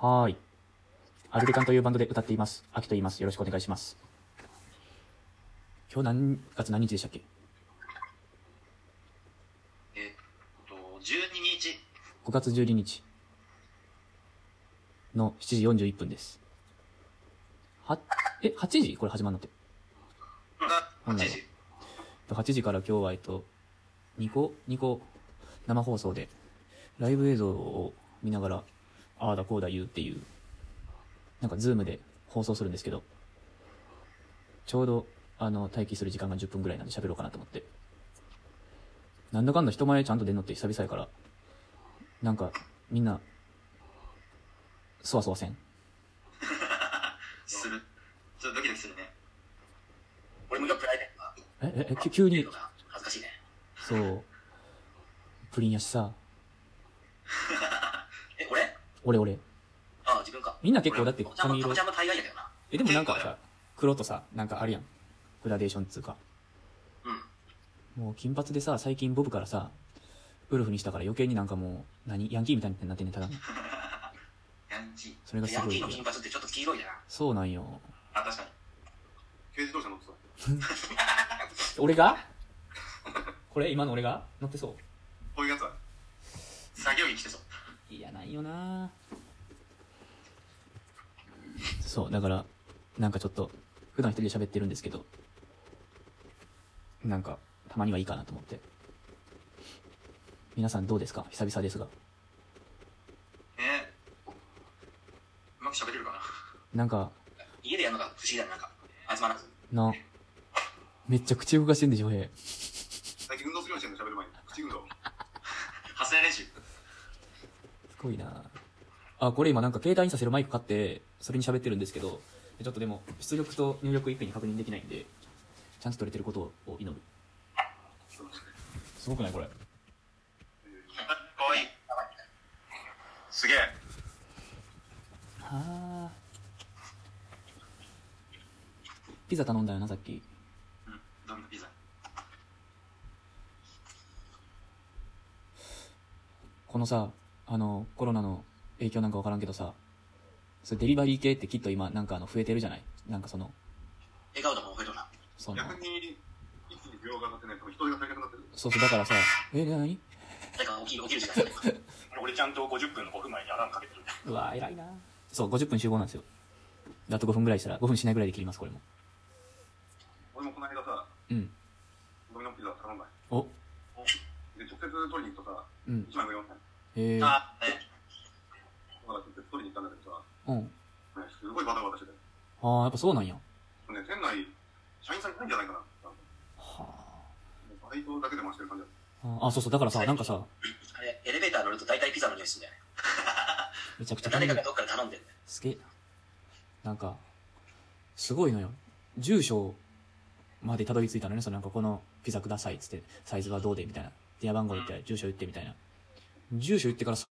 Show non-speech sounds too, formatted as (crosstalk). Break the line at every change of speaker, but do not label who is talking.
はーい。アルデカンというバンドで歌っています。アキと言います。よろしくお願いします。今日何月何日でしたっけ
えっと、12日、
?5 月12日の7時41分です。は、え、8時これ始まるのって。
が
な
8
んだろう
時。
8時から今日は、えっと、2個、2個、生放送で、ライブ映像を見ながら、ああだこうだ言うっていう、なんかズームで放送するんですけど、ちょうど、あの、待機する時間が10分ぐらいなんで喋ろうかなと思って。なんだかんだ人前ちゃんと出んのって久々やから、なんか、みんな、そわそわせん。
する。ちょっとドキドキするね。
俺も今日プライベートが
え、え、え、き急
出
に
るの、が恥ずかしいね。
そう、プリンやしさ、
え、俺
俺俺。
ああ、自分か。
みんな結構だって
俺も
髪色
たまちゃんも大概やけどな。
え、でもなんかさ、黒とさ、なんかあるやん。グラデーションっつうか。
うん。
もう金髪でさ、最近ボブからさ、ウルフにしたから余計になんかもう、何ヤンキーみたいになってんね、ただの。
ヤンキー。
それがす
ヤン
ご
キー
い
の。金髪ってちょっと黄色いやな。
そうなんよ。
あ、確かに。
軽自動車乗ってた
俺がこれ今の俺が乗ってそ
こういうやつは
作業着着てそう。
ういや、ないよなそう、だから、なんかちょっと、普段一人で喋ってるんですけど、なんか、たまにはいいかなと思って。皆さんどうですか久々ですが。
えうまく喋れるかな。
なんか、
家でやるのが不思議だな、なんか。集まらず。
な。めっちゃ口動かしてんでしょ、へ
最近運動するようにしてるの喋る前に
(laughs)
口運動
発声練習。
すごいなあ、これ今なんか携帯にさせるマイク買って、それに喋ってるんですけど、ちょっとでも、出力と入力一遍に確認できないんで、ちゃんと取れてることを祈る。すごくないこれ。
かわいい。
すげえ
あピザ頼んだよな、さっき。
うん。ドミノピザ。
このさ、あの、コロナの影響なんかわからんけどさ、それデリバリー系ってきっと今、なんかあの、増えてるじゃないなんかその、
笑顔とか覚えとるな。
その、
逆に一気に量がなってないと人手が足りなくなってる
そうそう、だからさ、え、なに
誰か起きる、起きる
(laughs)
時間だね。
俺ちゃんと50分の5分前にアラームかけてる
うわ偉いなそう50分集合なんですよであと5分ぐらいしたら5分しないぐらいで切りますこれも
俺もこの間さ
うん
ドミノピザ頼んだんや
お
で直接取りに行くとさ
うん
1枚無料みたいな
へえ
あ、え
だから直接取りに行ったんだけどさ、
うん
ね、すごいバタバタしてて
ああやっぱそうなんや
ね店内社員さんいないんじゃないかなも
は
うバイトだけで回してる感じだ
ああそうそうだからさなんかさ
あれ、エレベーター乗ると大体ピザの匂いするんだよね。
めちゃくちゃ
誰かがどっかで頼んでる。
すげえななんかすごいのよ住所までたどり着いたのねそのなんかこのピザくださいっつってサイズはどうでみたいな電話番号言って住所言ってみたいな住所言ってから